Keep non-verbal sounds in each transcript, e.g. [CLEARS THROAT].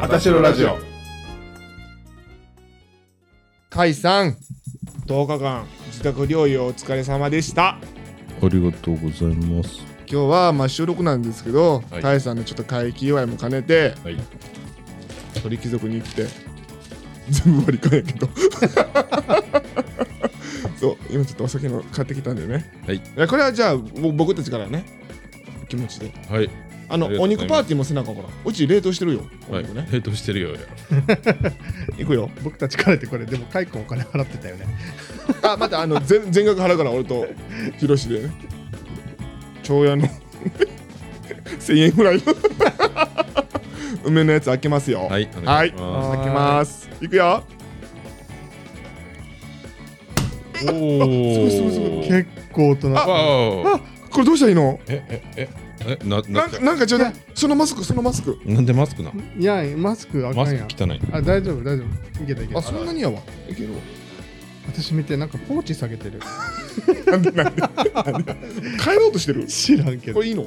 あたしろラジオ解散10日間自宅療養お疲れ様でしたありがとうございます。今日はまあ収録なんですけど、はいタイさんのちょっと回帰祝いも兼ねてはい。鳥貴族に来て [LAUGHS] 全部割り勘やけど [LAUGHS] そう今ちょっとお酒の買ってきたんでね、はいやこれはじゃあぼ僕たちからね気持ちではい。あのありがとうござおいます肉パーティーもせなあかんからうち冷凍してるよおはい肉ね、。冷凍してるよ。行くよ僕たちからってこれでもカイ君お金払ってたよねあまたあの全全額払うから俺とヒロシでね長屋の [LAUGHS] 1000円ぐらいの梅のやつ開けますよはい。はいお願いし開けますいくよますおお。すごいすごいすごわい結構大人お。あこれどうしたらいいのええええなななんかなんかちょうだいそのマスクそのマスクなんでマスクなの？いやマスクあかマんスやんク汚い。あ大丈夫大丈夫いけたいけたあそんなにやわいけるわ私見てなんかポーチ下げ [LAUGHS] てるなんでなんでなんで帰ろうとしてる知らんけこどれいいの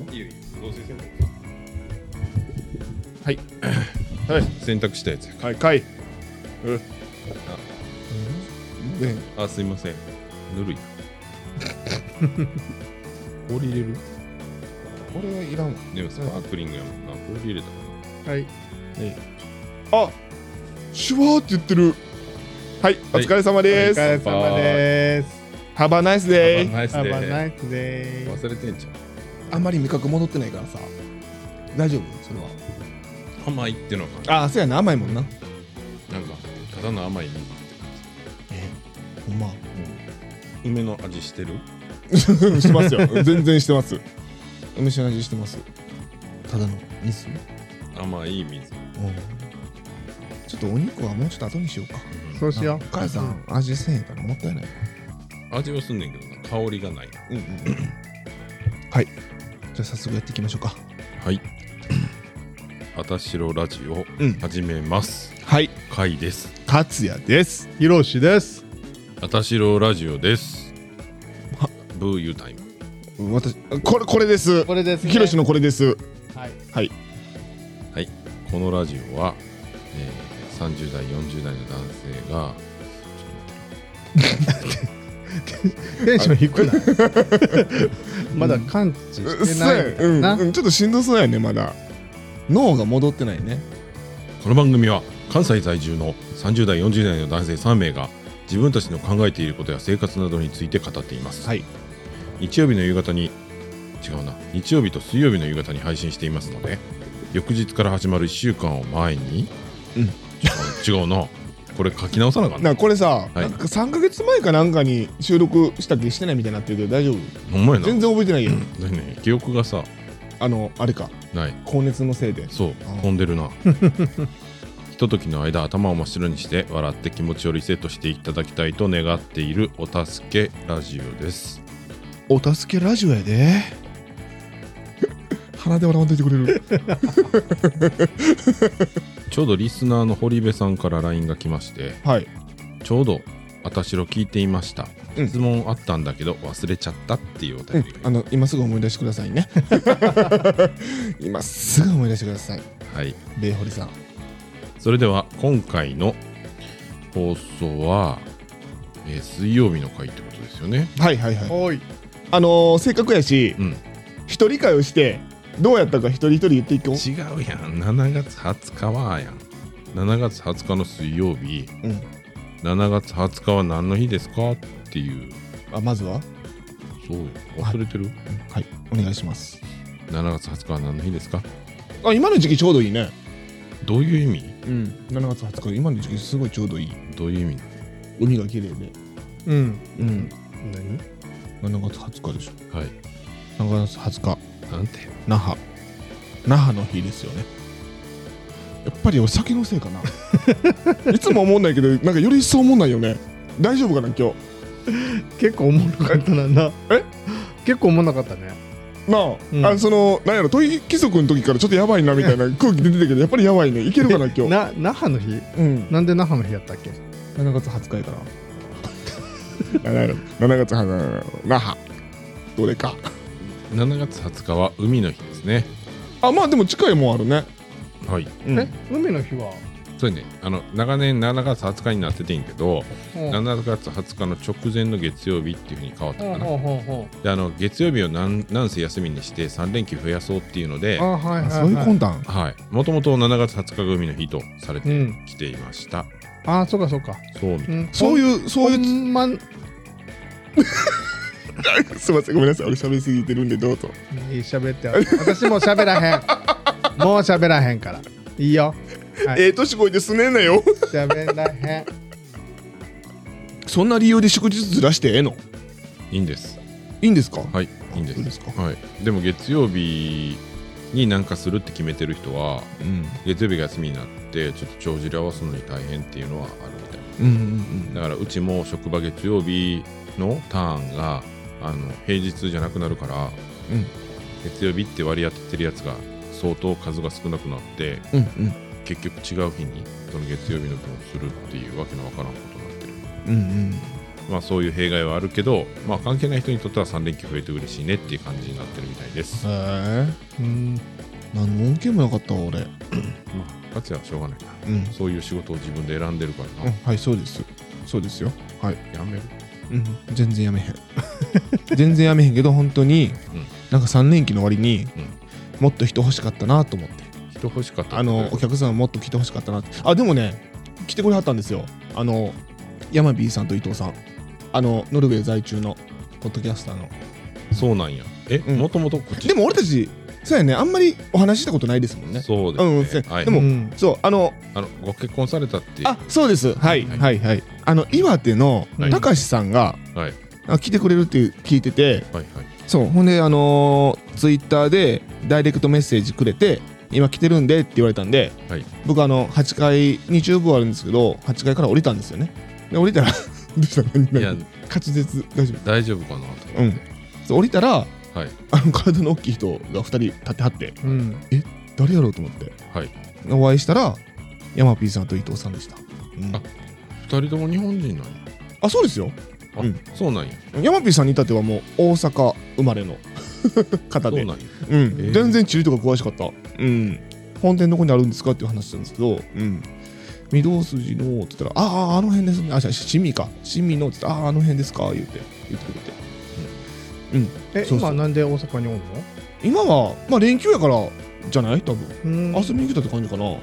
はい洗濯したやつや。はいかいうんねあすいません。ぬるい。氷入れるこれはいらんわでもスパークリングやもんな。氷入れたかはいあシュワーって言ってるはい、お疲れ様おで疲すれ様でーすハバナイスデな。イナイスハバナで。イスデー忘れてんじゃん。あんまり味覚戻ってないからさ大丈夫それは甘いってのかな。あそうやな甘いもんななんかただの甘い味ってほんま感じ。梅の味してる？ [LAUGHS] してますよ全然してます梅酒の味してますただのミス甘い水。ちょっとお肉はもうちょっと後にしようかそうしようお母さん味せえへんからもったいない味はすんねんけどな。香りがない。うんうんはいじゃあ早速やっていきましょうかはい。あたしろラジオうん始めます。はいかいです。勝也ですひろしですあたしろラジオです。ブーユータイム。私これこれですこれですねひろしのこれですはいはいはい。このラジオは、えー、30代、40代の男性が、テンション [LAUGHS] 低ないまだ感知してないみたいなうんうん、ちょっとしんどそうやねまだ脳が戻ってないねこの番組は関西在住の30代、40代の男性3名が自分たちの考えていることや生活などについて語っています。はい日曜日の夕方に違うな日曜日と水曜日の夕方に配信していますので翌日から始まる1週間を前に、うん違う違うなこれ書き直さなあかんななんかこれさ、いなんか3か月前かなんかに収録したっけしてないみたいになってるけど大丈夫ほんまやな全然覚えてないよだよね記憶がさあのあれかない高熱のせいでそうあー飛んでる [LAUGHS] なひとときの間頭を真っ白にして笑って気持ちをリセットしていただきたいと願っているお助けラジオですお助けラジオやで [LAUGHS] 鼻で笑わんといてくれ [LAUGHS] るちょうどリスナーの堀部さんから LINE が来ましてはいちょうど「あたしろ聞いていました、うん質問あったんだけど忘れちゃった」っていうおう便んりが、あの今すぐ思い出してくださいね [LAUGHS] 今すぐ思い出してくださいはいレイホリさんそれでは今回の放送は、えー水曜日の回ってことですよね。はいはいはいおいあのー、正確やしうん、一人会をしてどうやったか一人一人言っていこう違うやん7月20日はやん7月20日の水曜日うん7月20日は何の日ですかっていうあまずはそう忘れてるはいお願いします7月20日は何の日ですかあ今の時期ちょうどいいねどういう意味うん7月20日今の時期すごいちょうどいいどういう意味海が綺麗でうんうん何7月20日でしょはい7月20日なんて那覇那覇の日ですよねやっぱりお酒のせいかないつも思んないけどなんかより一層思んないよね大丈夫かな今日結構おもろかったななえ結構おもろかったねなあ,、うんあそのなんやろ鳥貴族の時からちょっとやばいなみたいな空気出てたけどやっぱりやばいねいけるかな今日な那覇の日うんなんで那覇の日やったっけ7月20日やから [LAUGHS] なんやろ7月20日那覇どれか7月20日は海の日ですねあまあでも近いもんあるねはい。うんえ海の日はそうやね。あの、長年7月20日になっててんけど、うん7月20日の直前の月曜日っていうふうに変わったほうかな。ほうほうほであの月曜日をなんなんせ休みにして3連休増やそうっていうのでう。あ、はいはい、はい、そういう魂胆はい、もともと7月20日が海の日とされうてんきていました。ああそうかそうか、そうみたいうん、そうういうそういううまんいすみませんごめんなさい俺喋りすぎてるんでどうぞい喋ってよ私もう喋らへんもう喋らへんからいいよはいええ年こいてすねんなよ喋らへんそんな理由で祝日ずらしてええのいいんです。いいんですかはい、いいんです。そうですかはい、でも月曜日になんかするって決めてる人は、うん月曜日が休みになって、ちょっと帳尻合わすのに大変っていうのはあるみたいうんうんだからうちも職場月曜日のターンがあの平日じゃなくなるから、うん月曜日って割り当ててるやつが相当数が少なくなって、うんうん結局違う日にその月曜日の分をするっていうわけのわからんことになってるうんうんまあそういう弊害はあるけど、まあ、関係ない人にとっては3連休増えて嬉しいねっていう感じになってるみたいです、へえうん何の恩恵もなかったわ俺まあかつてはしょうがないなうんそういう仕事を自分で選んでるからうんな、はいそうですそうですよはいやめるうん全然やめへん全然やめへんけど本当に、うんなんか3連休の割に、んもっと人欲しかったなと思って人欲しかったあのお客さんもっと来て欲しかったなってあでもね来てくれはったんですよあの山 B さんと伊藤さんあのノルウェー在住のポッドキャスターのそうなんやえんもともとこっちでも俺たちそうやねあんまりお話ししたことないですもんねそうですね、うんそうはい、でもうんそうあのあのご結婚されたってあそうですはいははいいはい、あの岩手のはいたかしさんが、はいあ来てくれるって聞いててはいはいそうほんであのー、ツイッターでダイレクトメッセージくれて今来てるんでって言われたんで、はい僕あの8階20部あるんですけど8階から降りたんですよねで降りたら [LAUGHS] どうした何いや何滑舌大丈大丈夫かなと夫うんそう降りたらはいあの体の大きい人が2人立ってはってうん誰やろうと思ってはいお会いしたら山 P さんと伊藤さんでした、うんあ二人とも日本人なんやあそうですよあ、うんそうなんや山 P さんに至ってはもう大阪生まれの方そうなでんやうんー全然地理とか詳しかった、うん、本店どこにあるんですかっていう話したんですけど、うん、御堂筋のって言ったら「あああの辺ですね」あ「ししみかしみの」って言ったら「あああの辺ですか」言って言ってくれてえそうそう今なんで大阪におんの今は、まあ、連休やからじゃない多分うん遊びに来たって感じかなうん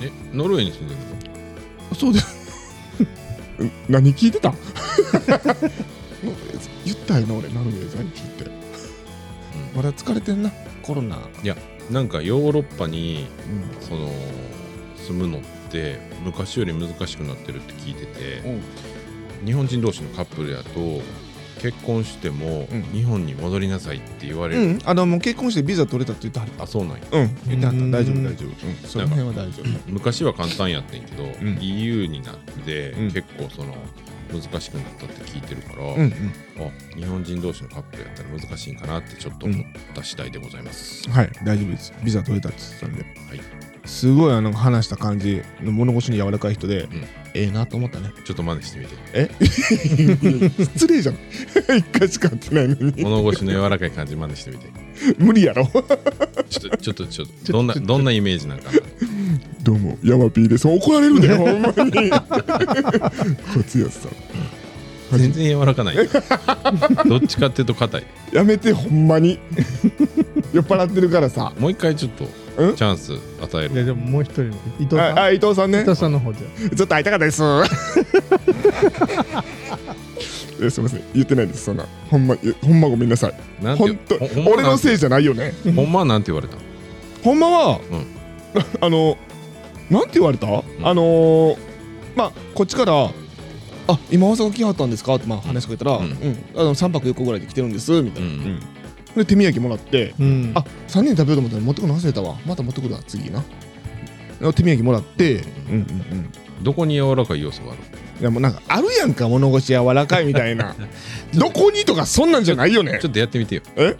えノルウェーに住んでるの [LAUGHS] そうです何聞いてた [LAUGHS] 言ったよな俺なるべ在聞ってまだ疲れてんなコロナ、なんかヨーロッパにその住むのって昔より難しくなってるって聞いててうん日本人同士のカップルやと結婚してもうん日本に戻りなさいって言われうる、ん、あのもう結婚してビザ取れたって言ってはるあそうなんやうん言ってはったうん大丈夫大丈夫、うん、その辺は大丈夫昔は簡単やってんけど、ん EU になってうん結構その難しくなったって聞いてるから、うんあ日本人同士のカップルやったら難しいんかなってちょっと思った次第でございます、はい大丈夫ですビザ取れたって言ってたんで、はいすごいあの話した感じ物腰に柔らかい人で、んええなと思ったねちょっと真似してみて [LAUGHS] 失礼じゃん [LAUGHS] 一回しか会ってないのに物腰の柔らかい感じ真似してみて無理やろちょっとちょっとちょっとどんなどんなイメージなんか [LAUGHS] どうもヤマピーです怒られるでほんまに [LAUGHS] こつやすさん全然柔らかないよどっちかっていうと硬いやめてほんまに [LAUGHS] 酔っ払ってるからさもう一回ちょっとうんチャンス与えいやるでももう一人の伊藤さん、ああ伊藤さんね伊藤さんの方じゃずっと会いたかったです [LAUGHS] えすみません言ってないですそんなほんまいやほんまごめんなさいなんて本当ほほんま俺のせいいじゃないよねほんまはなんて言われたほんまは、う [LAUGHS] あのなんて言われた、んあのー、まあこっちから「あ今大阪来はったんですか?」ってまあ話しかけたら「ううんん、あの3泊4日ぐらいで来てるんです」みたいな、うんで手土産もらってうん「あ三3人で食べようと思ったら持ってくの忘れたわまた持ってくるわ次な」手土産もらって、うんうんうん、どこに柔らかい要素があるいやもうなんかあるやんか物腰柔らかいみたいなどこにとかそんなんじゃないよねちょっとやってみてよじゃあ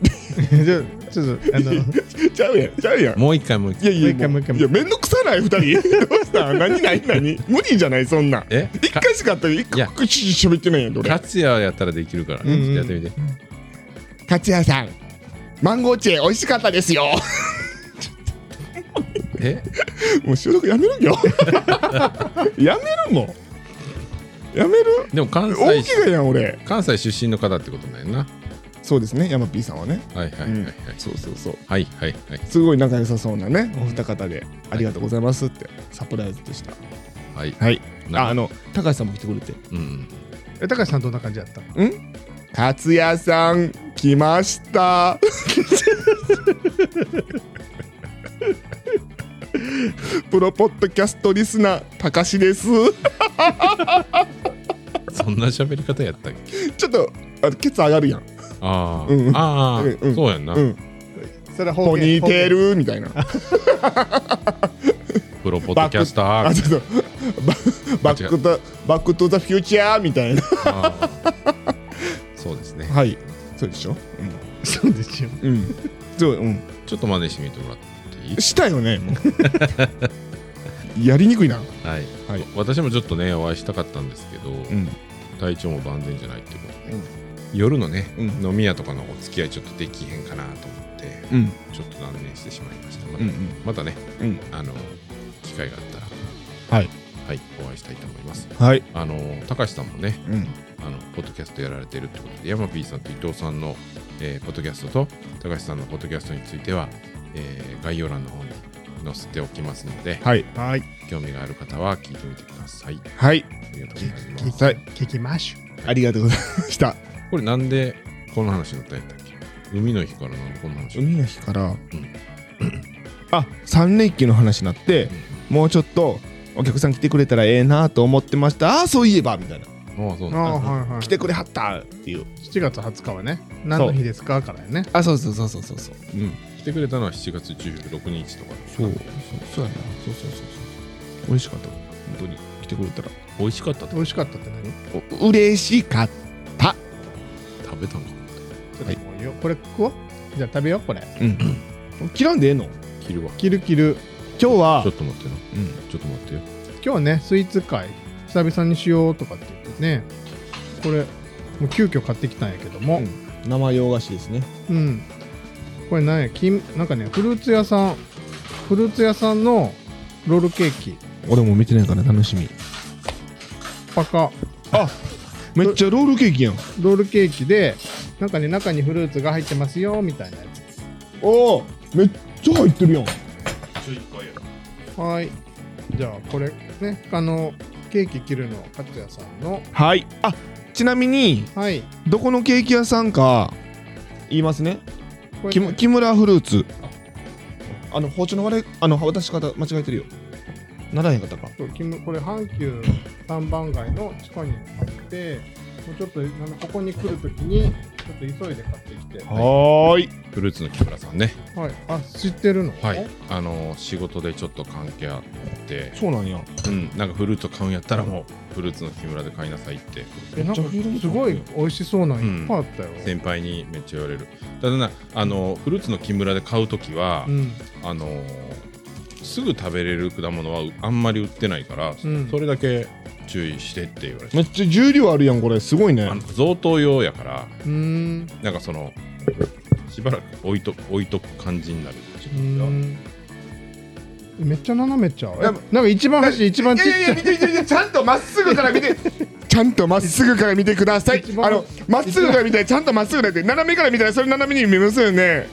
ちょっとあのちゃうやんちゃうやんもう一回もう一いや回いやもう一回もいう一回やめんどくさない二人 [LAUGHS] どうした何何何無理じゃないそんなんえ一回しかあったら一いや回口喋ってないやんけ俺勝也やったらできるからちょうんっとやってみて勝也さんマンゴーチェ美味しかったですよえもう収録やめるよやめるもんやめるでも関大西怪我やん俺関西出身の方ってことだよなそうですね山 P さんはねはいはいはいはい、そうそうそうはいはいはいすごい仲良さそうなねお二方でありがとうございますってサプライズでしたはいはいなああの高橋さんも来てくれてうんえ高橋さんどんな感じだったの勝也さん来ました [LAUGHS] プロポッドキャストリスナーたかしですそんな喋り方やったっけちょっとあのケツ上がるやんああ、うんああ、うんうんそうやんな、うんそれはポ方言ニーテールみたいなプロポッドキャスタあーそうそうババックとバックトゥザフューチャーみたいなあーそうですねはいそうでしょ方言そうですようん、うん、そううんちょっと真似してみてもらっていいしたよねも [LAUGHS] うやりにくいなはい、はい私もちょっとねお会いしたかったんですけど、うん体調も万全じゃないってことで、夜のね、うん飲み屋とかのお付き合いちょっとできへんかなと思ってうんちょっと断念してしまいましたまうた,、んうんまたねうんあの機会があったらはいはいお会いしたいと思いますはいあの高橋さんもねうんあのポッドキャストやられてるってことで山 P さんと伊藤さんの、えーポッドキャストと高橋さんのポッドキャストについては、えー概要欄の方に載せておきますので、はいはい興味がある方は聞いてみてくださいはいありがとうございます聞きはい聞きましょありがとうございましたこれなんでこの話になったんやったっけ海の日からなんでこんな話になっ海の日から、あ三連休の話になってた、もうちょっとお客さん来てくれたらええなと思ってましたああそういえばみたいなうんああそううなんだああはいはい来てくれはったっていう7月20日はね何の日ですかからやねあそうそうそうそうそうそううん来てくれたのは7月16日とかそうそうそうやなそうそうそうそう美味しかった本当に来てくれたら美味しかったと美味しかったって何お嬉しかった食べたんかちょっともうよこれ食おうじゃあ食べようこれ切らんでええの切るわ切る切る今日はちょっと待ってなうんちょっと待ってよ今日ねスイーツ会久々にしようとかって言ってねこれもう急遽買ってきたんやけども生洋菓子ですねうん、これなんやきんなんかねフルーツ屋さんフルーツ屋さんのロールケーキ俺も見てないから楽しみパカめっちゃロールケーキやんロールケーキでなんかね中にフルーツが入ってますよみたいなやおおめっちゃ入ってるやんつはーいじゃあこれねあのケーキ切るのカツヤさんのはいあちなみにはいどこのケーキ屋さんか言いますねこ木れ、木村フルーツあの包丁の割れあの渡し方間違えてるよならへんかったかそうキムこれ阪急三番街の地下にあってもうちょっとあのここに来るときにちょっと急いで買ってきてははーいフルーツの木村さんねいあ知ってるのはいあのー仕事でちょっと関係あってそうなんやうんなんかフルーツを買うんやったらもうフルーツの木村で買いなさいってえなんかすごい美味しそうなのいっぱいあったよ、先輩にめっちゃ言われるただなあのーフルーツの木村で買うときは、うんあのーすぐ食べれる果物はうあんまり売ってないから、うんそれだけ注意してって言われて、めっちゃ重量あるやんこれすごいねあの贈答用やからうーんなんかそのしばらく置いと置いとく感じになるってうーいうかんめっちゃ斜めちゃうえやなんか一番端一番ちっちゃい見て見て見てちゃんとまっすぐから見てちゃんとまっすぐから見てください一番あのまっすぐから見てちゃんとまっすぐだって斜めから見たらそれ斜めに見えますよねね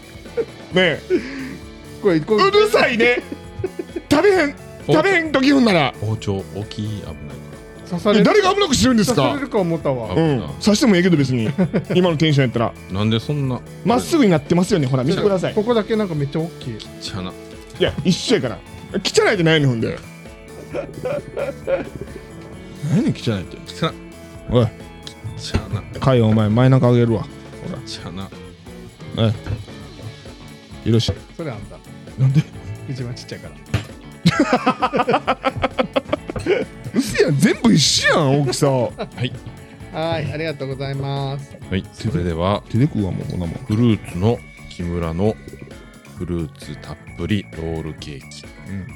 えこれこれうるさいね [LAUGHS] 食べへん食べへん時ほんなら包丁大きい危ないか刺されえる誰が危なくしてるんです刺さかれるか思ったらわ危うないん刺してもええけど別 [LAUGHS] に今のテンションやったらなんでそんなまっすぐぐになってますよねほら見てくださいここだけなんかめっちゃ大きいちゃないや一緒やから汚いってないねんほんで何やねん汚いってちゃなおいちゃなカイお前前中あげるわちゃなおいよろしいそれあんたなんで一番ちっちゃいからうせやん全部一緒やん大きさはい、はーいありがとうございますはい、それでは [LAUGHS] 手で食うわもうこんなもんフルーツの木村のフルーツたっぷりロールケーキうん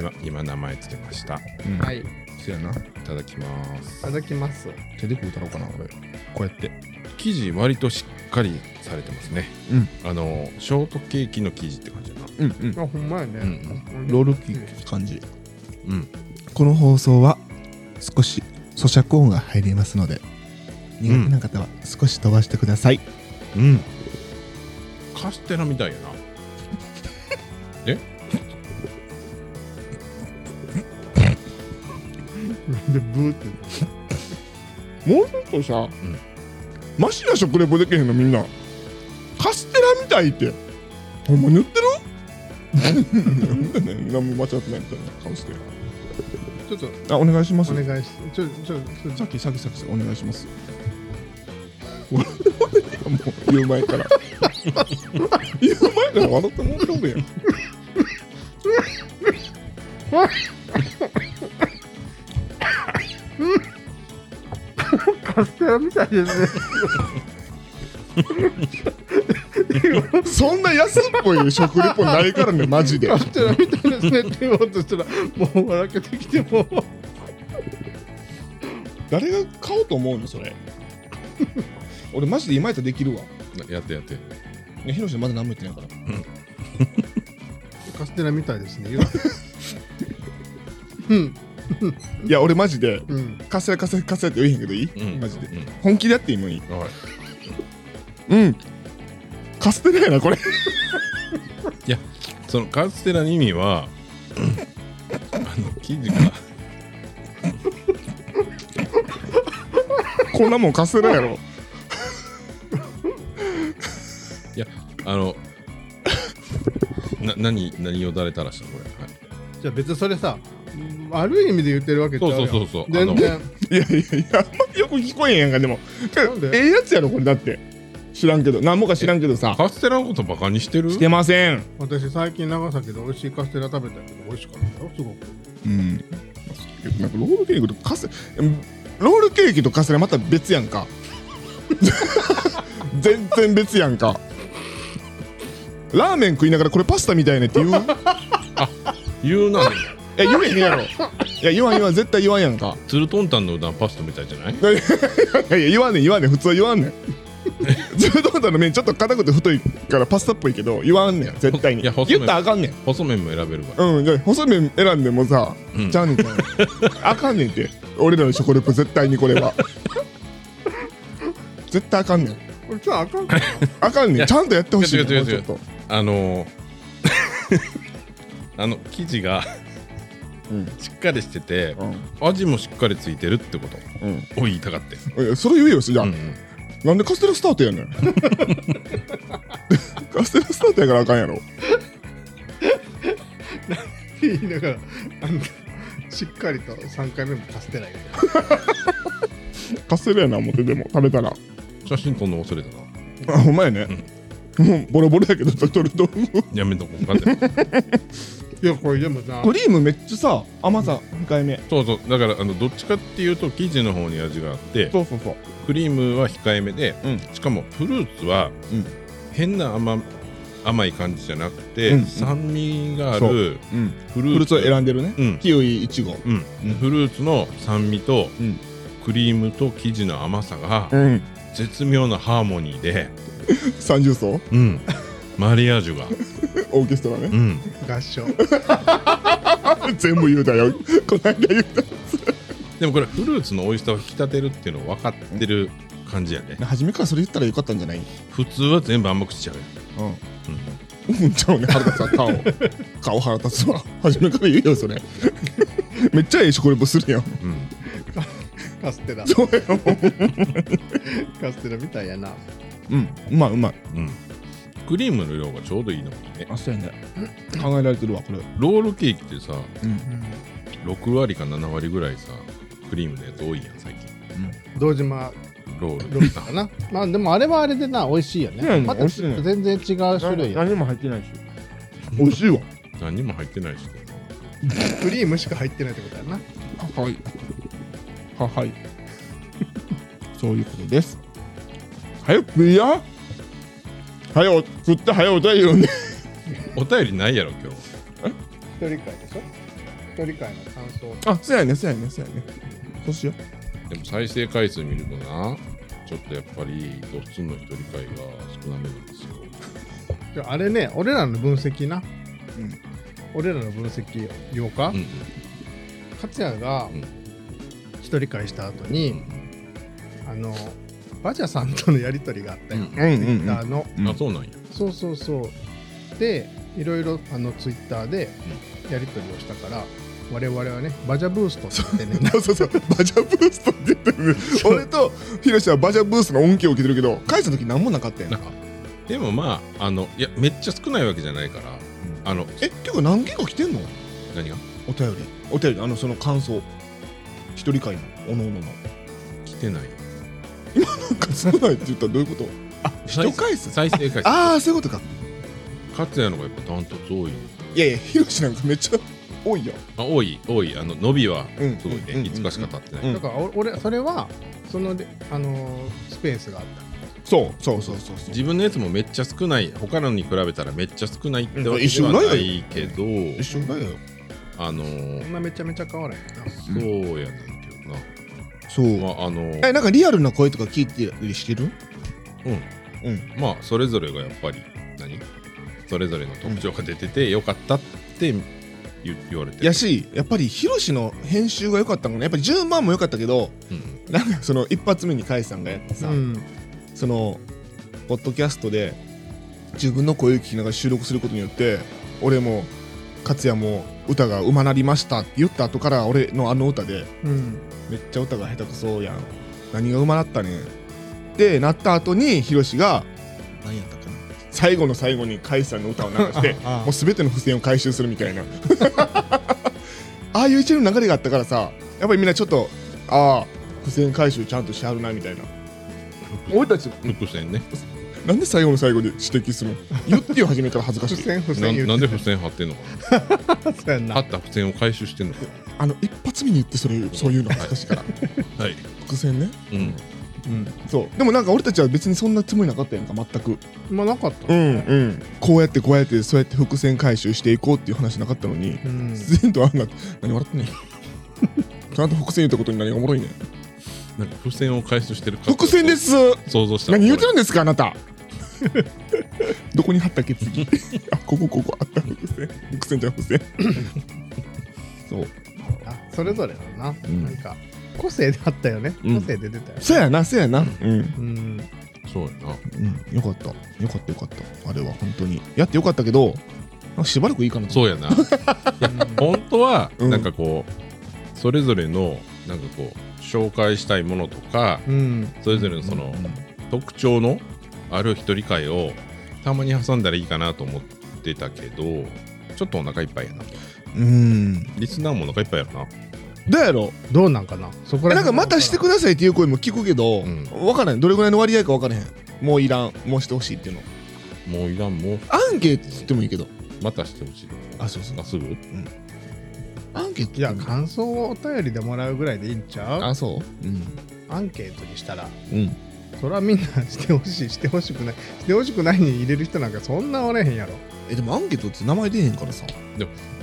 今今名前つけましたいうんはいいせやなただきますただきます手で食うたろうかな俺こうやって生地割としっかりされてますね、うんあのショートケーキの生地って感じだなうんうんあほんまやね、うんロールキック感じうんこの放送は少し咀嚼音が入りますので苦手な方は少し飛ばしてください、うんカステラみたいやなえなんでブーって言ったもうちょっとさ、んマシな食レポできへんのみんなカステラみたいってほんま塗ってる何も間違ってないみたいな顔してのちょっあお願いしまとすお願いしてちょちょちょさっきさっきさっきお願いします笑ってもうね言う前から言う前から笑ってもうてるやんカステラみたいですね [LAUGHS] そんな安っぽい食レポないから [LAUGHS] ねマジでカステラみたいですねって言おうとしたらもう笑けてきても誰が買おうと思うのそれ [LAUGHS] 俺マジで今やったらできるわなやってやってねヒロシまだ何も言ってないから [LAUGHS] カステラみたいですね言ううんいや俺マジでうんカステラカステラカステラって言えへんけどいい、うんマジでうん本気でやっていいのにはいうんカステラやなこれ [LAUGHS] いやそのカステラの意味 [LAUGHS] はあの生地がこんなもんカステラやろいやあの [LAUGHS] な何何をだれたらしたのこれ、はいじゃあ別にそれさ悪い意味で言ってるわけちゃうやんそうそうそうそう全い然やいやいやあんまりよく聞こえへんやんかでもなんでええやつやろこれだって知らんけど何もか知らんけどさカステラのことバカにしてるしてません私最近長崎で美味しいカステラ食べたけど美味しかったよすごくうんなんかロールケーキとカスうんロールケーキとカステラまた別やんか [LAUGHS] 全然別やんかラーメン食いながらこれパスタみたいねって言う言うなえ言えへんやろいや言わん言わん絶対言わんやんか [LAUGHS] ツルトンタンのうどんパスタみたいじゃないいやいやいや言わんねん言わんねん普通は言わんねん [LAUGHS] ズルトンタンの麺ちょっと硬くて太いからパスタっぽいけど言わんねん絶対にいや細麺言ったらあかんねん細麺も選べるからうんじゃあ細麺選んでもさ、うんちゃうねんちゃうねんあかんねんって俺らの食レポ絶対にこれは絶対あかんねんこれちょっとあかんかな [LAUGHS] あかんねんちゃんとやってほしいねん違う違う違うもうちょっとあのー [LAUGHS] あの生地がうんしっかりしてて、う味もしっかりついてるってことんを言いたかって、うんいやそれ言えよじゃあ、うんうんなんでカステラスタートやねん [LAUGHS] カステラスタートやからあかんやろ [LAUGHS] 言いながらあのしっかりと3回目もカステラ入れたカステラやな思ってでも食べたら写真撮んの忘れたなあほんまやね、もうボロボロやけど取るとやめとこうかって [LAUGHS] いやこれでもなクリームめっちゃさ甘さ控えめそうそうだからあのどっちかっていうと生地の方に味があってそうそうそうクリームは控えめで、うんしかもフルーツはうん変な甘,、甘い感じじゃなくて、うんうん酸味があそうるうんフルフルーーツツを選んでるね、うんキウイイチゴうんうんフルーツの酸味と、うんクリームと生地の甘さがうん絶妙なハーモニーで、三重奏うん、マリアージュが、オーケストラね [LAUGHS] うん、合唱全部言うたよ [LAUGHS] この間言うでもこれフルーツの美味しさを引き立てるっていうの分かってる感じやねた初めからそれ言ったらよかったんじゃない普通は全部甘くしちゃうよううんん、うん、ちゃうね腹立つわ [LAUGHS] 顔顔腹立つわ初めから言うよそれ [LAUGHS] めっちゃええ食レポするやんうんカステラそうやろカステラみたいやなうんうまいうまいうん、クリームの量がちょうどいいのもいいねあそうやね考えられてるわこれロールケーキってさうん6割か7割ぐらいさクリームのやつ多いやん最近堂島ロール [LAUGHS] ロックかなまあでもあれはあれでな美味しいよねねえま美た味しいね全然違う種類やも入ってないし美味しいわ何にも入ってないしねクリームしか入ってないってことやなはいははいそういうことです早く食いや早う食って早う歌えよねお便りないやろ今日一人会でしょ一人会の感想あそうやねそうやねそうやねそうしよでも再生回数見るとなちょっとやっぱりドッツンの一人会が少なめなんですよじゃああれね俺らの分析なうん俺らの分析8日、うん勝也がうん一人会した後うに、んあのバジャさんとのやり取りがあったよ、うんうんうんうん Twitter の、うんあそうなんやそうそうそうでいろいろあのツイッターでやり取りをしたから、我々はねバジャブーストって [LAUGHS] ねんな [LAUGHS] そうそうそうバジャブーストって言ってる俺とヒロシはバジャブーストの恩恵を受けてるけど返した時何もなかったやんなんかでもまああのいやめっちゃ少ないわけじゃないからあのえ結構何件か来てんの何がお便りお便りあのその感想一人会のおのおのの来てないなんか少ないって言ったらどういうこと人回数再生回数ああそういうことか勝也の方がやっぱダントツ多いいやいやヒロシなんかめっちゃ多いやんあ多い多いあの伸びはうんすごいね、うんいつかしか経ってない、うんだからお俺それはそのであのースペースがあったそうそうそうそうそう自分のやつもめっちゃ少ない他のに比べたらめっちゃ少ないってわけ一で緒はぐならいだよいけど、一緒だよあのーそんなめちゃめちゃ変わらへんなそうやねんけどな、そうまああのーえなんかリアルな声とか聞いてたりしてるうん、まあそれぞれがやっぱり何それぞれの特徴が出てて、よかったって言言われてるやしやっぱりヒロシの編集が良かったのねやっぱり10万も良かったけどうんなんかその一発目に甲斐さんがやってさ、うんそのポッドキャストで自分の声を聞きながら収録することによって俺も勝也も歌がうまなりましたって言った後から俺のあの歌でうんめっちゃ歌が下手くそやん何がうまなったねんってなった後にヒロシが何やったかな最後の最後に甲斐さんの歌を流してああもう全ての付箋を回収するみたいな [LAUGHS] ああいう一連の流れがあったからさやっぱりみんなちょっとああ付箋回収ちゃんとしはるなみたいな俺たち伏線ねなんで最後の最後で指摘するの言ってよ始めから恥ずか付しい箋付な箋言んうなんてで付箋貼ってんのかたそうやんなな貼った付箋を回収してんのかあの一発目に言ってそれそういうの恥ずかしい [LAUGHS] からなはい、伏線ねうん、うんそうでもなんか俺たちは別にそんなつもりなかったやんか全くまあなかったんうんこうやってこうやってそうやって伏線回収していこうっていう話なかったのにうん自然とあんな何笑ってんねん [LAUGHS] ちゃんと伏線言ったことに何がおもろいねんなんか付箋を回収してるか伏線です想像した何言ってるんですかあなた [LAUGHS] どこに貼ったっけ [LAUGHS] 次あここここあった伏線伏線じゃん伏線 [LAUGHS] そうあそれぞれだな、んなんか個性であったよねうん個性で出たよ、そうやなそうやなうんうんそうやなうん、よかった。よかったよかった。あれは本当に。やってよかったけど、なんかしばらくいいかなとそうやな [LAUGHS] いや本当はうんなんかこう、それぞれのなんかこう紹介したいものとかうんそれぞれのその、特徴のある一人会をたまに挟んだらいいかなと思ってたけどちょっとお腹いっぱいやなうん。リスナーもお腹いっぱいやろなどうやろどうなんかなそこうらなんかまたしてくださいっていう声も聞くけど、うんわからん。どれぐらいの割合かわからへん。もういらん。もうしてほしいっていうの。もういらんもうアンケートって言ってもいいけど。またしてほしいあ、そうそうあ。すぐアンケートいや感想をお便りでもらうぐらいでいいんちゃうあ、そううん。アンケートにしたらうん。それはみんなしてほしいしてほしくないしてほしくないに入れる人なんかそんなおれへんやろえ、でもアンケートって名前出えへんからさ。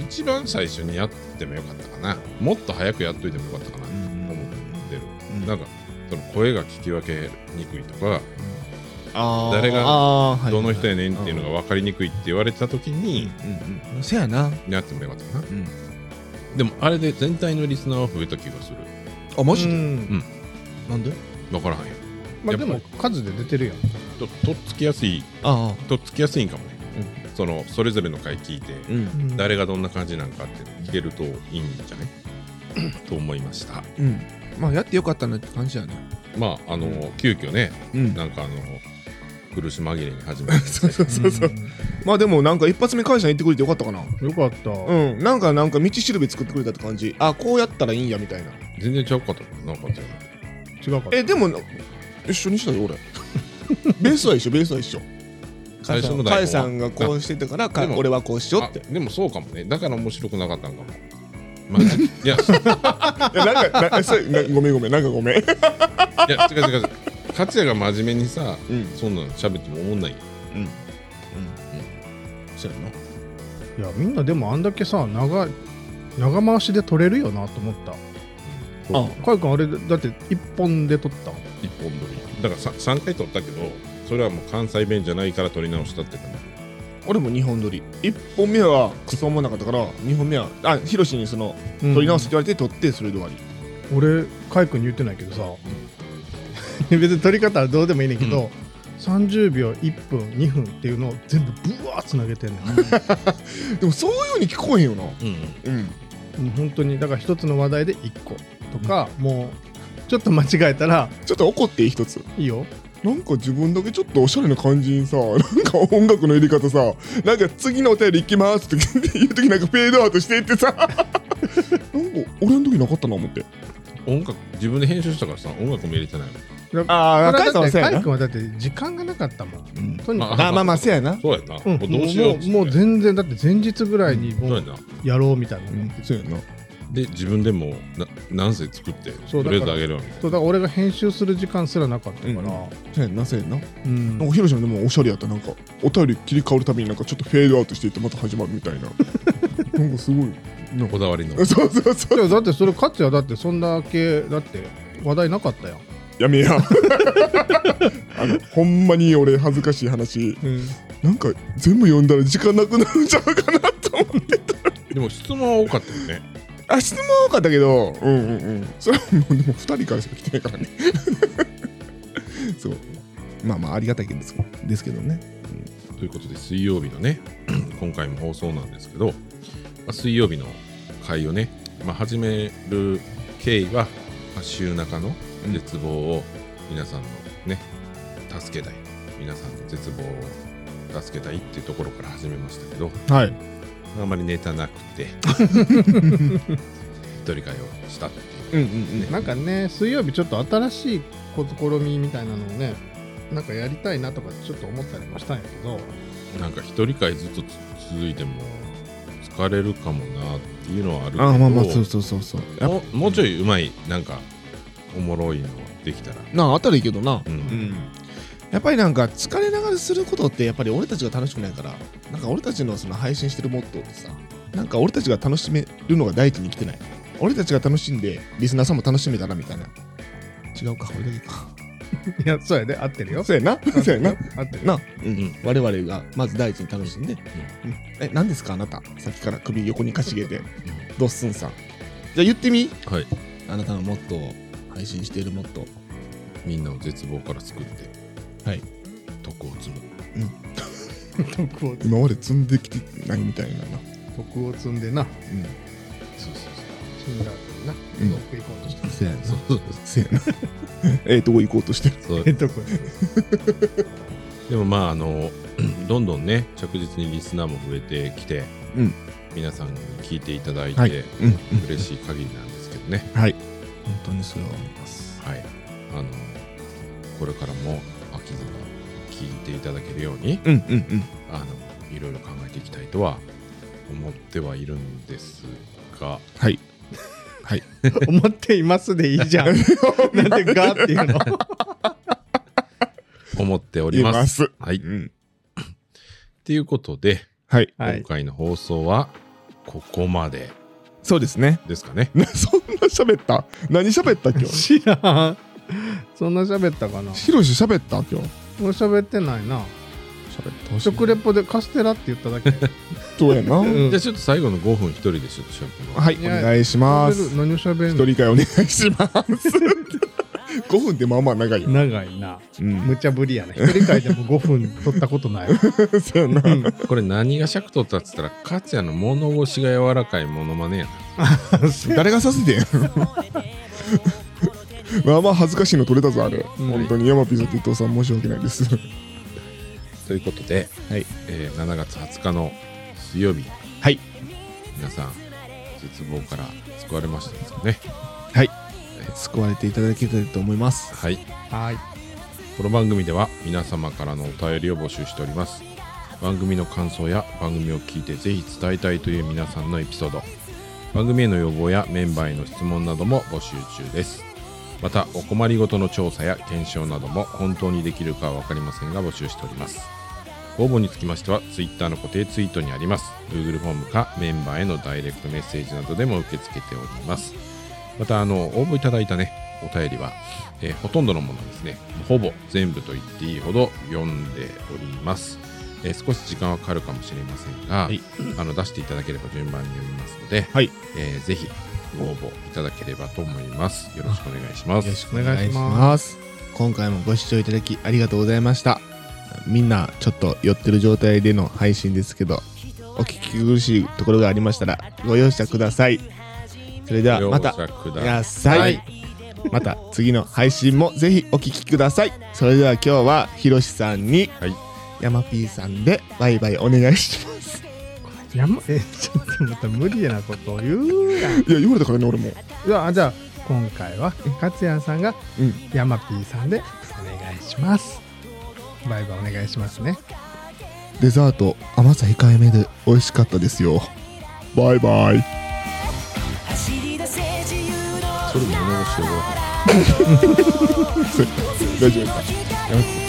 一番最初にやってもよかったかなもっと早くやっといてもよかったかなと思ってる、うんなんかその声が聞き分けにくいとか、あー誰があーはいどの人やねんっていうのが分かりにくいって言われた時にうんうん。せやな。やってもよかったかな、んでもあれで全体のリスナーは増えた気がするあ、マジうでんなんで分からんやまあでやもっ数で出てるやんととっつきやすいあとっつきやすいんかもね、そのそれぞれの回聞いて、あ。うん。誰がどんな感じなんかって聞けるといいんじゃないと思いましたうん。まあ、やってよかったなって感じやね。まああの、急遽ねうんなんかあの苦し紛れに始めたそうそうそうそう。まあでもなんか一発目会社に行ってくれてよかったかな。うんよかった、うん、なんかなんか道しるべ作ってくれたって感じ。あ、こうやったらいいんやみたいな。全然ちゃうかったななんかじゃ違うかったえ、でもな一緒にした [LAUGHS] よ俺。ベースは一緒、ベースは一緒。最初の台カ本はエさんがこうしてたから、あかでも俺はこうしようって。あでもそうかもねだから面白くなかったんかもまあ、い [LAUGHS] や、いいやなんかなそれなごめんごめん、なんかごめん。や、違う違う違う。勝也が真面目にさ、うんそんなの喋っても思んないよ。そうやないやみんなでもあんだけさ長い長回しで撮れるよなと思ったあかいくんあれだって一本で撮った一本撮り。だからさ、3回撮ったけど、それはもう関西弁じゃないから撮り直したって感じ。俺も2本撮り1本目はクソ思わなかったから2本目はあヒロシにそのうん撮り直すって言われて撮ってそれで終わり俺カイ君に言ってないけどさ [LAUGHS] 別に撮り方はどうでもいいねんけど、30秒1分2分っていうのを全部ブワーつなげてんねんでもそういうように聞こえへんよなうんうんもう本当にだから一つの話題で1個とか、もうちょっと間違えたらちょっと怒っていい一ついいよなんか自分だけちょっとおしゃれな感じにさ [LAUGHS] なんか音楽のやり方さなんか次のお便り行きますって言う時なんかフェードアウトしてってさなんか俺の時なかったな思って音楽自分で編集したからさ音楽も入れてないもんあカイさん君はだって時間がなかったもんうんとにかあまあまあせやなそうやな、く、うん、もうどうしようっつってもうもう全然だって前日ぐらいにそうもやうなやろうみたいな、うんそうやなで自分でもな何歳作ってそうとりあえずだからあげるわみたいなそうだから俺が編集する時間すらなかったから、そうやなそうやなうんなんかヒロシのでもおしゃれやったなんかお便り切り替わるたびになんかちょっとフェードアウトしていってまた始まるみたいな [LAUGHS] なんかすごいなんかこだわりの [LAUGHS] そうそうそいうやだってそれ勝也だってそんだけだって話題なかったやん、やめや [LAUGHS] あのほんまに俺恥ずかしい話なんか全部読んだら時間なくなるんちゃうかなと思ってでも質問は多かったよねあ質問は多かったけどうんうんうんそれはもうでも2人からしか来てないからね [LAUGHS] そうまあまあありがたいですですけどねということで水曜日のね今回も放送なんですけど、まあ水曜日の会をね、まあ、始める経緯は、まあ、週中の絶望を皆さんのね助けたい皆さんの絶望を助けたいっていうところから始めましたけどはいあまりネタなく [LAUGHS] て一人会をしたっていううんうんうんなんかね水曜日ちょっと新しい試みみたいなのをねなんかやりたいなとかちょっと思ったりもしたんやけどなんか一人会ずっとつ続いても疲れるかもなっていうのはあるけどあまあまあそうそうそうそうやっももうちょいうまいなんかおもろいのができたら、なあたりいいけどなうんうんやっぱりなんか疲れながらすることってやっぱり俺たちが楽しくないからなんか俺たちのその配信してるモットーってさなんか俺たちが楽しめるのが第一に来てない俺たちが楽しんでリスナーさんも楽しめたらみたいな違うか俺だけか [LAUGHS] いやそうやで合ってるよそうやなそうやな合ってるな、うんん我々がまず第一に楽しんで、うんえ何ですかあなたさっきから首横にかしげ [LAUGHS] てドッスンさんじゃあ言ってみはいあなたのモットー配信しているモットーみんなを絶望から救ってはい徳を積む徳を今まで積んできてないみたいなな徳を積んでなそうそう死んだ後になうん徳行こうとしてせやなせやな [LAUGHS] ええとこ行こうとしてるそうえっとこ [LAUGHS] でもまああの [CLEARS THROAT] どんどんね着実にリスナーも増えてきて、うん皆さんに聞いていただいて、はいうん嬉しい限りなんですけどね本当にそれは思いますはいあのこれからも飽きずに聞いていただけるようにうんうんうんあのいろいろ考えていきたいとは思ってはいるんですがはいと思っていますでいいじゃん [LAUGHS] なんでガーっていうの [LAUGHS] 思っております。いますはい。うんっていうことで、はい。はい今回の放送はここまでそうですね。ですかね。な [LAUGHS] そんな喋った何喋った今日知らんそんな喋ったかなもヒロシ喋った今日。う喋ってないな喋ったほしい食レポでカステラって言った [LAUGHS] だけそうやな。はうんじゃあちょっと最後の5分一人でちょっとしゃべい、いおや願いします。何を喋一んの人会お願いし [LAUGHS] ます。5分ってまあまあ長いよ。長いなうん。無茶ぶりやね一人会でも5分取ったこと [LAUGHS] ない [LAUGHS] そうやな。これ何が尺取ったっつったら、かつやの物腰が柔らかいモノマネやな。誰がさせてんまあまあ恥ずかしいの取れたぞあれ、ん本当に山ピザと伊藤さん申し訳ないですということで、はいえー7月20日の水曜日、はい皆さん、絶望から救われましたですかね。救われていただけたらと思いますはい。はいこの番組では皆様からのお便りを募集しております番組の感想や番組を聞いてぜひ伝えたいという皆さんのエピソード番組への要望やメンバーへの質問なども募集中ですまたお困りごとの調査や検証なども本当にできるかは分かりませんが募集しております応募につきましては Twitter の固定ツイートにあります Google フォームかメンバーへのダイレクトメッセージなどでも受け付けておりますまたあの応募いただいたねお便りは、えーほとんどのものですねほぼ全部と言っていいほど読んでおりますえー少し時間はかかるかもしれませんが、はいあの出していただければ順番に読みますので、はいえーぜひご応募いただければと思います。よろしくお願いしまよろす。しくお願いします今回もご視聴いただきありがとうございましたみんなちょっと酔ってる状態での配信ですけどお聞き苦しいところがありましたらご容赦くださいそれではまた容赦くくだだささい。い、また次の配信もぜひお聞きくださいそれでは今日はひろしさんに、はいやまぴーさんでバイバイお願いしますやまえちょっとまた無理やなことを言うやんいや言われたからね俺もじゃあじゃあ今回は勝也さんがうんヤマピーさんでお願いしますバイバイお願いしますねデザート甘さ控えめで美味しかったですよバイバイ走り出せ自由のそれも物腰でござい大丈夫ですかやめて